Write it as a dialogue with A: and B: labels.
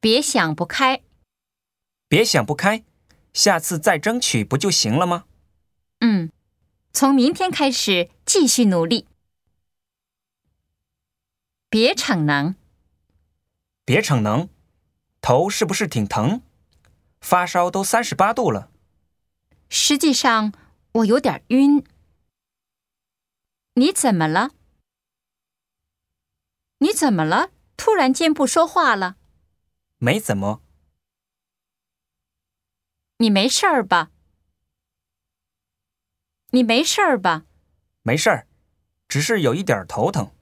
A: 别想不开。
B: 别想不开，下次再争取不就行了吗？
A: 嗯，从明天开始继续努力。别逞能，
B: 别逞能，头是不是挺疼？发烧都三十八度了，
A: 实际上我有点晕。你怎么了？你怎么了？突然间不说话了？
B: 没怎么，
A: 你没事儿吧？你没事儿吧？
B: 没事儿，只是有一点儿头疼。